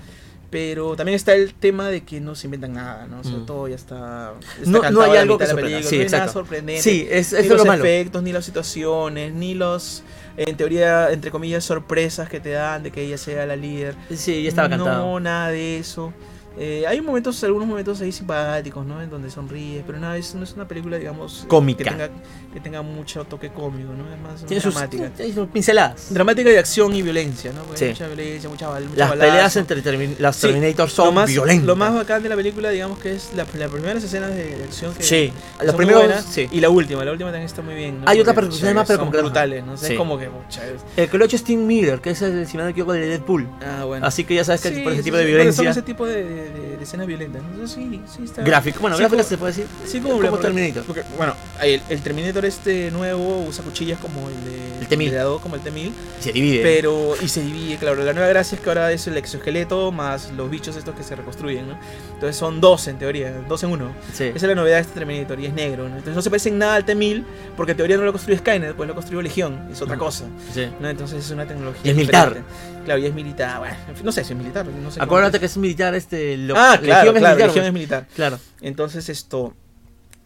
B: Pero también está el tema de que no se inventan nada, ¿no? O sea,
A: Mm.
B: todo ya está. está
A: No- no
B: cantado
A: hay
B: a la
A: algo
B: mitad
A: que
B: de la
A: sorprenda.
B: película,
A: Sí,
B: no hay nada
A: exacto.
B: sorprendente.
A: Sí, es, es
B: ni
A: lo
B: los
A: malo.
B: efectos, ni las situaciones, ni los, en teoría, entre comillas, sorpresas que te dan de que ella sea la líder.
A: Sí, ya estaba cantado.
B: No, nada de eso. Eh, hay momentos, algunos momentos ahí simpáticos, ¿no? En donde sonríes, pero nada, es, no es una película, digamos, eh,
A: Cómica.
B: Que tenga, que tenga mucho toque cómico, ¿no? Es más
A: Tiene sus,
B: dramática.
A: tiene sus pinceladas.
B: Dramática de acción y violencia, ¿no? Porque
A: Sí.
B: hay mucha violencia, mucha, bal- mucha
A: Las
B: balazo.
A: peleas entre Termin- las
B: Sí,
A: Terminator son
B: lo más,
A: violentas.
B: Lo más bacán de la película, digamos, que es la- las primeras escenas de, de acción que
A: Sí,
B: que
A: los
B: son muy
A: primeros.
B: buenas,
A: sí.
B: y la última, la última también está muy bien. ¿no?
A: Hay otra
B: Porque,
A: percusión
B: pucha,
A: más, pero
B: son
A: con que-
B: brutales, ¿no? O sea,
A: Sí.
B: es como que, pucha, es-
A: El que lo ha hecho es Tim Miller, que es el, si me no me equivoco, de Deadpool.
B: ah, bueno.
A: Así que ya sabes que
B: Sí,
A: por ese
B: sí,
A: tipo
B: sí,
A: de
B: bueno,
A: violencia.
B: Son ese tipo de, de- de- de escenas violentas. ¿no? Entonces, sí, sí está.
A: Gráfica, bueno,
B: Sí,
A: gráfica
B: como-
A: se puede decir.
B: Sí, como,
A: Como
B: porque-
A: Terminator.
B: porque, bueno, el, el Terminator este nuevo usa cuchillas como el de.
A: El T-1000.
B: de la dos, como el T-1000.
A: Se divide.
B: Pero. Y se divide, claro. La nueva gracia es que ahora es el exoesqueleto más los bichos estos que se reconstruyen, ¿no? Entonces son dos en teoría, dos en uno.
A: sí.
B: Esa es la novedad de este Terminator y es negro, ¿no? Entonces no se parece en nada al T-1000 porque en teoría no lo construyó Skynet, pues lo construyó Legión, es otra
A: Ujú.
B: cosa.
A: sí.
B: ¿no? Entonces es una tecnología.
A: Mm. Y es militar.
B: diferente. Claro, y es militar. Bueno, en fin, no sé si es militar. No sé cómo
A: Acuérdate que es militar este. Lo,
B: ah, claro,
A: Legión es
B: claro,
A: militar,
B: Legión
A: güey.
B: es militar.
A: Claro.
B: Entonces, esto.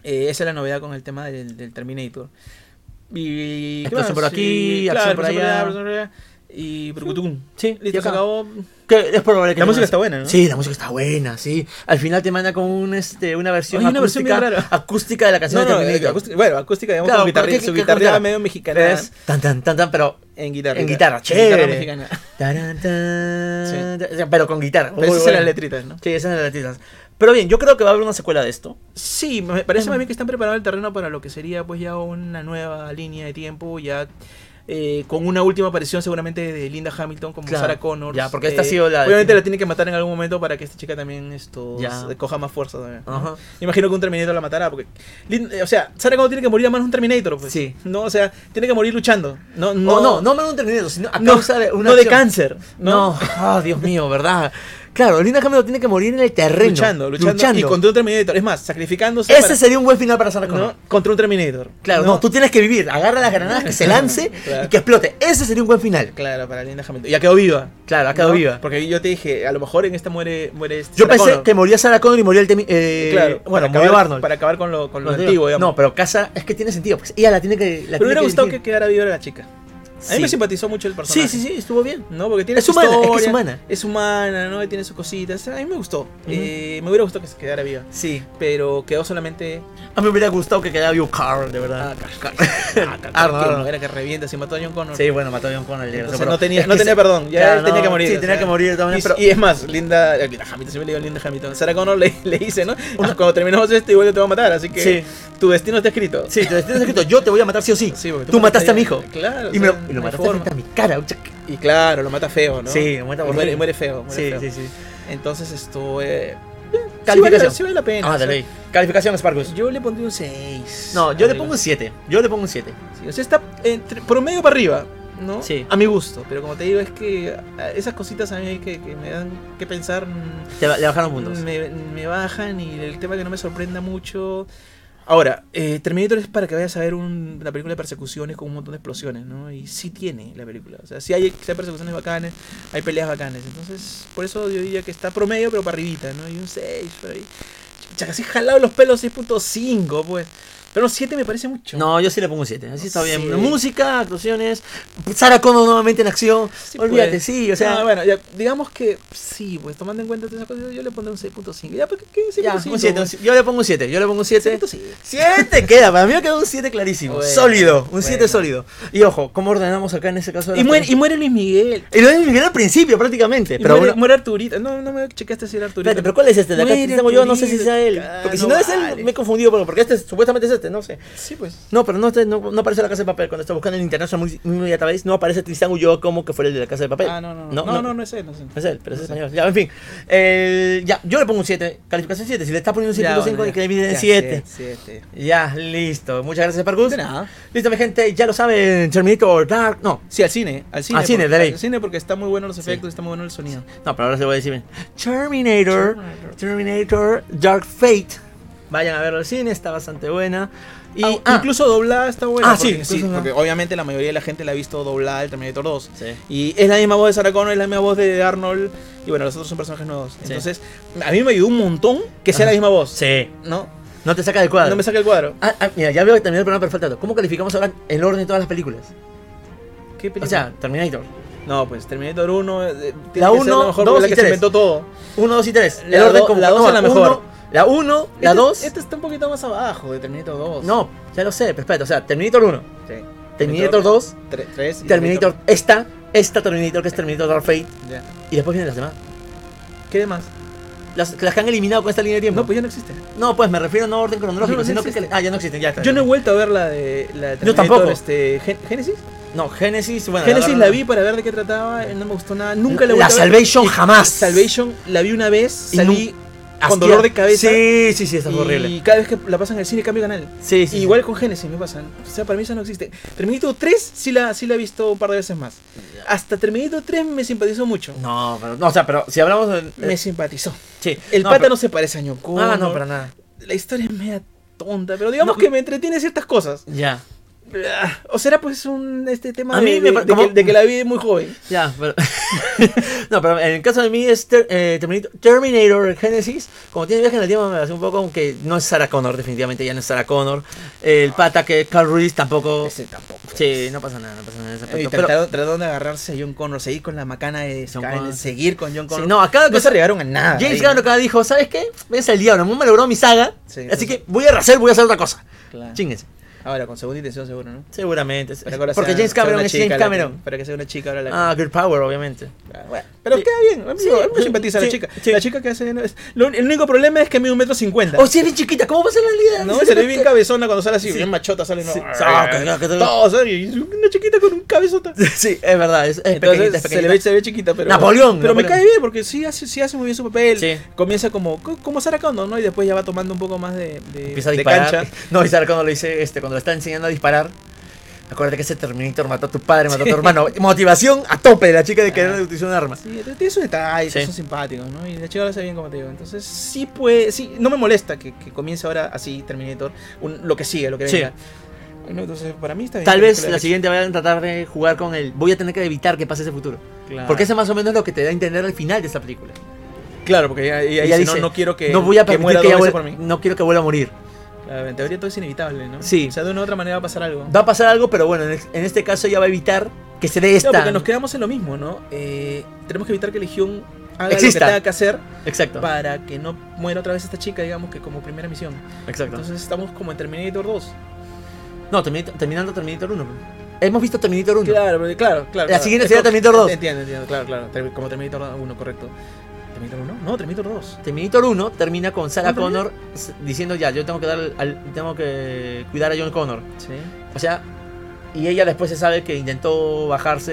B: eh, esa es la novedad con el tema del, del Terminator. Y. ¿qué
A: Explosión
B: más?
A: por aquí,
B: Y,
A: acción por
B: explosión
A: allá.
B: explosión por allá, Y. brucutucum.
A: Sí, y
B: Listo, se
A: acá.
B: acabó.
A: Que es probable que
B: La
A: tengan
B: música
A: así.
B: está buena, ¿no?
A: Sí, la música está buena, sí. Al final te manda con un, este, una versión,
B: Oye, una versión
A: acústica,
B: bien rara.
A: acústica de la
B: No,
A: canción
B: no,
A: de
B: eh,
A: Terminator.
B: acústica, bueno, acústica, digamos,
A: Claro,
B: con
A: pero
B: guitarra,
A: ¿qué-
B: su
A: qué- qué
B: guitarreada
A: guitarra?
B: medio mexicana.
A: Tres, tan, tan, tan, tan, pero.
B: En guitarra.
A: en guitarra,
B: Guitarra
A: chévere.
B: mexicana.
A: Tarán, tan, tan, Pero con guitarra.
B: Pero esas
A: Muy
B: son
A: buena.
B: las letritas, ¿no?
A: Sí, esas son las letritas. Pero bien, yo creo que va a haber una secuela de esto.
B: Sí, me parece
A: Ajá.
B: más bien que están preparando el terreno para lo que sería pues ya una nueva línea de tiempo, ya eh, con una última aparición seguramente de Linda Hamilton como
A: Claro,
B: Sarah Connor.
A: ya, porque esta ha sido la de-
B: Obviamente la tiene que matar en algún momento para que esta chica también esto
A: Ya.
B: se- coja más fuerza también. ¿no?
A: Ajá.
B: Imagino que un Terminator la matará, porque Lin- eh, o sea, Sarah Connor tiene que morir a manos de un Terminator, pues.
A: Sí. Oh,
B: No, o sea, tiene que morir luchando. No,
A: No,
B: no,
A: no, no me lo han entendido, sino a
B: no,
A: causa de una.
B: no de
A: acción.
B: cáncer.
A: No,
B: No.
A: ah, Dios mío, ¿verdad? Claro, Linda Hamilton tiene que morir en el terreno.
B: Luchando, luchando, Y contra un Terminator. Es más, sacrificándose.
A: Ese
B: para-
A: sería un buen final para Sarah Connor.
B: ¿no? Contra un Terminator.
A: Claro, no. tú tienes que vivir. Agarra las granadas que se lance
B: Claro.
A: y que explote. Ese sería un buen final.
B: Claro, para Linda Hamilton. Ya quedó viva.
A: Claro, ha quedado
B: ¿no?
A: viva.
B: Porque yo te dije, a lo mejor en esta muere, muere este
A: Yo
B: Sarah
A: pensé
B: Connor.
A: que moría Sarah Connor y moría el temi- eh,
B: claro,
A: Bueno,
B: para
A: murió
B: acabar,
A: Arnold.
B: Para acabar con lo, con lo
A: Los digo.
B: antiguo, digamos.
A: No, pero casa es que tiene sentido. Pues ella la tiene que. La
B: pero me
A: tiene
B: hubiera gustado que
A: dirigir.
B: quedara viva la chica. A mí me
A: Sí.
B: simpatizó mucho el personaje.
A: Sí, sí, sí, estuvo bien.
B: ¿no? Porque tiene
A: Es
B: su
A: humana, es que es
B: historia,
A: humana.
B: Es humana, ¿no? Y tiene sus cositas. A mí me gustó. Eh, me hubiera gustado que se quedara viva.
A: Sí.
B: Pero quedó solamente.
A: A mí me hubiera gustado que quedara vivo Carl, de verdad.
B: Arnold,
A: Arnold.
B: Era que revienta, si mató a John Connor.
A: Sí, bueno, mató a John Connor.
B: Entonces
A: pero
B: no tenía,
A: es
B: no
A: que
B: tenía
A: se-
B: perdón, ya
A: Claro,
B: él tenía
A: no,
B: que morir.
A: Sí,
B: o
A: tenía
B: sea,
A: que morir de todas
B: Y,
A: maneras, pero-
B: y es más, Linda, eh, Linda Hamilton, siempre le digo Linda Hamilton. Sarah Connor le, le dice, ¿no? "Ah, cuando terminemos esto, igual yo te voy a matar, así que
A: Sí.
B: tu destino está escrito.
A: Sí, te tienes escrito, yo te voy a matar sí o sí.
B: Sí, porque
A: tú, mataste a mi hijo.
B: Claro.
A: Y,
B: o
A: me
B: sea,
A: lo, y
B: no
A: lo
B: hay
A: mataste
B: forma.
A: frente a mi cara. ucha, que-
B: Y claro, lo mata feo, ¿no?
A: Sí, lo mata
B: Y
A: horrible.
B: muere, muere feo. muere
A: Sí,
B: feo.
A: sí, sí.
B: Entonces esto. Eh, sí vale, la-
A: Calificación.
B: sí vale la pena.
A: Ah,
B: o sea,
A: de ley. Calificación, Sparkus.
B: yo le pondría un 6.
A: No, yo le pongo un 7. Yo le pongo un 7.
B: O sea, está entre, promedio para arriba, ¿no?
A: Sí.
B: A mi gusto. Pero como te digo, es que ah, esas cositas a mí que, que me dan que pensar. mm,
A: Te ba- le bajaron puntos.
B: Me, me bajan y el tema que no me sorprenda mucho. Ahora, eh, Terminator es para que vayas a ver un- una película de persecuciones con un montón de explosiones, ¿no? Y sí tiene la película. O sea, sí hay, sí hay persecuciones bacanes, hay peleas bacanes. Entonces, por eso yo diría que está promedio, pero para arribita, ¿no? Y un 6, por ahí. Chucha, casi jalado los pelos 6.5, pues. Pero 7 me parece mucho.
A: No, yo sí le pongo un 7. Así está bien.
B: Sí.
A: Música, actuaciones. Sarah Connor nuevamente en acción.
B: Sí,
A: Olvídate,
B: pues.
A: sí. O sea,
B: Ah, bueno, ya, digamos que sí, pues tomando en cuenta todas esas cosas, yo le pondré un 6.5. Ya, pues, ¿qué?
A: ya,
B: 6.5,
A: un 7.
B: pues.
A: Yo le pongo un 7. Yo le pongo un 7.
B: 6.5.
A: 7 queda, para mí me quedó un 7 clarísimo.
B: Bueno,
A: sólido, un
B: bueno.
A: 7 sólido. Y ojo, ¿cómo ordenamos acá en ese caso? de
B: Y
A: las
B: muere,
A: cosas?
B: y muere Luis Miguel.
A: Y lo dije al principio prácticamente.
B: Y
A: Pero
B: muere,
A: bueno,
B: muere Arturito. No, no me checaste si era Arturito.
A: espérate, pero ¿cuál es este? De acá
B: Muere
A: tengo yo, no sé si
B: Arturito.
A: sea él.
B: Ah,
A: Porque si
B: no
A: no es él,
B: vale.
A: me he confundido, porque- porque este es- supuestamente es este, no sé.
B: Sí, pues.
A: No, pero no, este- no, no aparece la casa de papel. Cuando estoy buscando en International Movie- Movie Database, no aparece Tristan Ulloa como que fuera el de la casa de papel.
B: Ah, no, no, no. No, no, no, es él. No, es él.
A: Es él, pero es
B: No sé.
A: español. Ya, en fin. Eh, ya, yo le pongo un 7. Calificación 7. Si le estás poniendo un 7.5,
B: bueno,
A: que le piden
B: ya,
A: 7.
B: siete, siete.
A: Ya, listo. Muchas gracias, Parkus.
B: De nada.
A: Listo, mi gente. Ya lo saben. Terminator Dark. No,
B: Sí, al cine. Al Ah, cine.
A: Al cine,
B: porque-
A: de ley.
B: Al cine porque está muy bueno los efectos, está muy bueno el sonido.
A: No, pero ahora se voy a decir bien. Terminator, Terminator, Dark Fate. Vayan a verlo al cine, está bastante buena. Y
B: Ah,
A: ah,
B: incluso doblada está buena.
A: Ah, sí,
B: porque-
A: incluso doblada.
B: porque obviamente la mayoría de la gente la ha visto doblada el Terminator 2.
A: Sí.
B: Y es la misma voz de Sarah Connor, es la misma voz de Arnold. Y bueno, los otros son personajes nuevos. Entonces, a mí me ayudó un montón que sea
A: Ajá.
B: la misma voz.
A: Sí,
B: ¿No?
A: no te saca del cuadro.
B: No me saca el cuadro.
A: Ah, ah, mira, ya veo que terminó el programa, pero falta algo. ¿Cómo calificamos ahora el orden de todas las películas?
B: ¿Qué
A: O
B: película?
A: sea, Terminator.
B: No, pues Terminator 1 eh, tiene que
A: La
B: ser
A: uno,
B: la mejor
A: dos
B: porque es la
A: y
B: que
A: tres.
B: se inventó todo.
A: 1, 2 y 3. El
B: La
A: orden
B: do-
A: como
B: la
A: no,
B: dos es la mejor.
A: uno, la 1, la
B: Este-
A: 2.
B: Este está un poquito más abajo de Terminator 2.
A: No, ya lo sé, pero espérate. O sea, Terminator 1,
B: Sí.
A: Terminator 2,
B: 3
A: Terminator esta, esta Terminator que es Terminator Dark Fate.
B: Ya.
A: Y después vienen las demás.
B: ¿Qué demás?
A: Las, las que han eliminado con esta línea de tiempo.
B: No, pues ya no existe.
A: No, pues me refiero no a orden cronológico,
B: No, no
A: sino que.
B: existe.
A: Ah, ya no existen, ya está.
B: Yo no he vuelto a ver la de la de
A: Yo tampoco.
B: Este, Gen- ¿Génesis?
A: No, Génesis, bueno.
B: Génesis
A: verdad,
B: la vi para ver de qué trataba, eh, no me gustó nada, nunca la he
A: La
B: vuelto a ver.
A: Salvation
B: Y-
A: jamás.
B: Salvation la vi una vez,
A: Y
B: salí
A: no-
B: con
A: Hastía-
B: dolor de cabeza.
A: Sí, sí, sí, está
B: y
A: horrible.
B: cada vez que la pasan en el cine cambio de canal.
A: Sí, sí.
B: Igual con Genesis me pasan. O sea, para mí esa no existe. Terminator 3 sí la, sí la he visto un par de veces más. Hasta Terminator 3 me simpatizó mucho.
A: sí. No, pero. No, o sea, pero si hablamos. de-
B: Me simpatizó.
A: sí.
B: El
A: no,
B: pata
A: pero-
B: no se parece a John Connor.
A: Ah, no, para nada.
B: La historia es media tonta, pero digamos
A: No.
B: que me entretiene ciertas cosas.
A: Ya.
B: Ah, O será pues un este tema
A: A
B: de,
A: mí me
B: de-
A: pa-
B: de
A: como-
B: que, de que la vi muy joven.
A: Ya, pero. no, pero en el caso de mí es Ter- eh, Terminator, Terminator Genesis. Como tiene viaje en el tiempo, me hace un poco. Aunque no es Sarah Connor, definitivamente ya no es Sarah Connor. El pata que. Carl Ruiz tampoco.
B: Ese tampoco.
A: Sí, no pasa nada, no pasa nada. en ese
B: Y
A: aspecto, pero-
B: trataron, trataron de agarrarse a John Connor, seguir con la macana de
A: John
B: Skynet,
A: Connor.
B: seguir con John
A: Sí,
B: Connor.
A: no, acá
B: No se arriesgaron a nada. ¿eh?
A: James
B: ahí,
A: Gunn
B: ¿no?
A: acá dijo, ¿sabes qué? Es el diablo, me logró mi saga,
B: Sí,
A: así
B: entonces-
A: que voy a hacer, voy a hacer otra cosa.
B: Claro.
A: Chínguense.
B: Ahora, con segunda intención seguro, ¿no?
A: Seguramente.
B: Pero que ahora
A: Porque
B: sea-
A: James
B: sea
A: Cameron
B: una
A: es
B: chica
A: James
B: la que-
A: Cameron.
B: para que sea una chica ahora la que-
A: Ah, Good Power, obviamente.
B: Ah, bueno. Pero
A: Sí.
B: queda bien, a mí,
A: Sí,
B: a mí me
A: sí,
B: simpatiza
A: sí,
B: la chica.
A: sí.
B: La chica que hace. no, es- lo- el único problema es que mide un metro cincuenta.
A: Oh, sí, es bien chiquita, ¿cómo va a ser la idea?
B: No, se le ve bien cabezona cuando sale así,
A: Sí.
B: bien machota, sale no.
A: Sí.
B: Ah,
A: Ah, que- que- que-
B: todo, sale, y una chiquita con un cabezota.
A: Sí, es verdad, es, es pequeñita,
B: Entonces
A: es
B: se le,
A: pequeñita.
B: ve, se ve chiquita, pero.
A: Napoleón,
B: Pero me
A: Napoleón.
B: cae bien porque sí hace, sí hace muy bien su papel.
A: Sí.
B: Comienza como, co- como Sarah Connor, ¿no? Y después ya va tomando un poco más de, de,
A: Empieza a
B: de
A: disparar.
B: cancha.
A: No, y Sarah cuando lo dice, este, cuando le está enseñando a disparar. Acuérdate que ese Terminator mató a tu padre, mató a tu hermano. Motivación a tope de la chica de querer utilizar un arma.
B: Sí, tiene sus detalles,
A: Sí.
B: son simpáticos, ¿no? Y la chica lo hace bien, como te digo. Entonces, sí, pues, sí, no me molesta que, que comience ahora así Terminator, un- lo que sigue, lo que
A: Sí.
B: venga. No, entonces, para mí está bien.
A: Tal
B: que
A: vez
B: le-
A: la siguiente vayan a tratar de jugar con el. Voy a tener que evitar que pase ese futuro.
B: Claro.
A: Porque ese más o menos es lo que te da a entender al final de esta película.
B: Claro, porque ella, ella
A: Ella
B: dice,
A: dice,
B: no, no quiero que,
A: no voy a
B: que
A: permitir
B: muera
A: que,
B: dos
A: ella
B: veces por
A: vuel-
B: mí.
A: no quiero que vuelva a morir.
B: Claro, en teoría todo es inevitable, ¿no?
A: Sí.
B: O sea, de una u otra manera va a pasar algo.
A: Va a pasar algo, pero bueno, en, es- en este caso ella va a evitar que se dé
B: Claro,
A: esta.
B: porque nos quedamos en lo mismo, ¿no? Eh, tenemos que evitar que Legión haga
A: Exista.
B: lo que tenga que hacer
A: Exacto,
B: para que no muera otra vez esta chica, digamos que como primera misión.
A: exacto.
B: Entonces estamos como en Terminator 2.
A: No, Terminator- terminando Terminator 1. Hemos visto Terminator 1.
B: Claro, pero- claro,
A: La
B: claro. claro.
A: siguiente
B: Es
A: sería
B: como-
A: Terminator 2.
B: Entiendo, entiendo, claro, claro. Ter- Como Terminator 1, correcto. ¿Terminator 1? No, Terminator 2.
A: Terminator 1 termina con Sarah
B: ¿No termina?
A: Connor s- diciendo ya, yo tengo que dar al- al- tengo que cuidar a John Connor.
B: Sí.
A: O sea, y ella después se sabe que intentó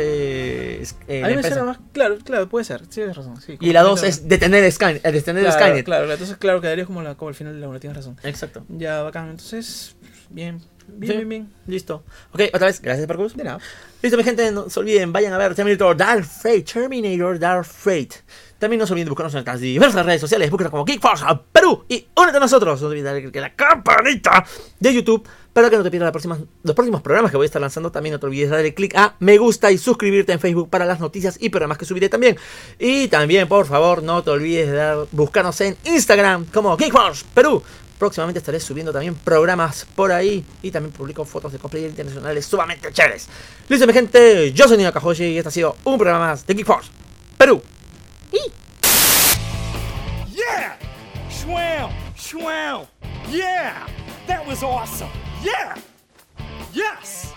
A: bajarse eh,
B: A
A: la
B: mí me
A: empresa.
B: suena más. Claro, claro, puede ser. Sí, tienes razón. Sí,
A: Y la
B: como
A: 2
B: Terminator
A: es detener Skynet, eh, detener
B: claro,
A: Skynet.
B: Claro, claro, entonces, claro, quedaría como, la, como el final de la 1, tienes razón.
A: Exacto.
B: Ya, bacán. Entonces, bien, bien,
A: Sí.
B: bien, bien.
A: Listo. Ok, otra vez, gracias Parcus.
B: De nada.
A: Listo, mi gente, no se olviden, vayan a ver Terminator Dark Fate, Terminator Dark Fate. También no se olviden de buscarnos en nuestras diversas redes sociales, búsquenos como Geekforce Perú y únete a nosotros. No olviden darle click a la campanita de YouTube para que no te pierdas las próximas- los próximos programas que voy a estar lanzando. También no te olvides de darle click a me gusta y suscribirte en Facebook para las noticias y programas que subiré también. Y también, por favor, no te olvides de dar- buscarnos en Instagram como Geekforce Perú. Próximamente estaré subiendo también programas por ahí y también publico fotos de cosplayer internacionales sumamente chéveres. Listo, mi gente, yo soy Nino Kajoshi y este ha sido un programa más de Geek Force Perú.
C: Yeah! Schwam! Schwam! Yeah! That was awesome! Yeah! Yes!